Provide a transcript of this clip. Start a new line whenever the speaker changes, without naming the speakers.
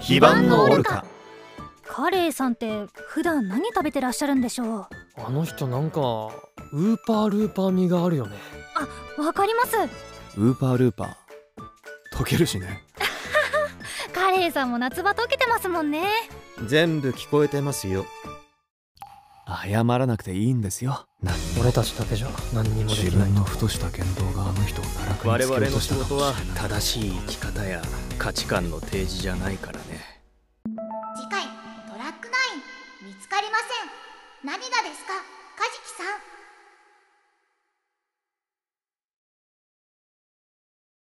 非番のオルカ
カレイさんって普段何食べてらっしゃるんでしょ
あの人なんかウーパールーパー味があるよね
うわかります
ウーパールーパー溶けるしね
カレイさんも夏場溶けてますもんね
全部聞こえてますよ
謝らなくていいんですよ
俺たちだけじゃ何にもでき
自
ない
分のふとした言動があの人を奈落に
我
突き
々
落
の
としたか
仕
もしれ
事
な
はい正しい生き方や価値観の提示じゃないからね
次回トラック9見つかりません何がですかカジキさん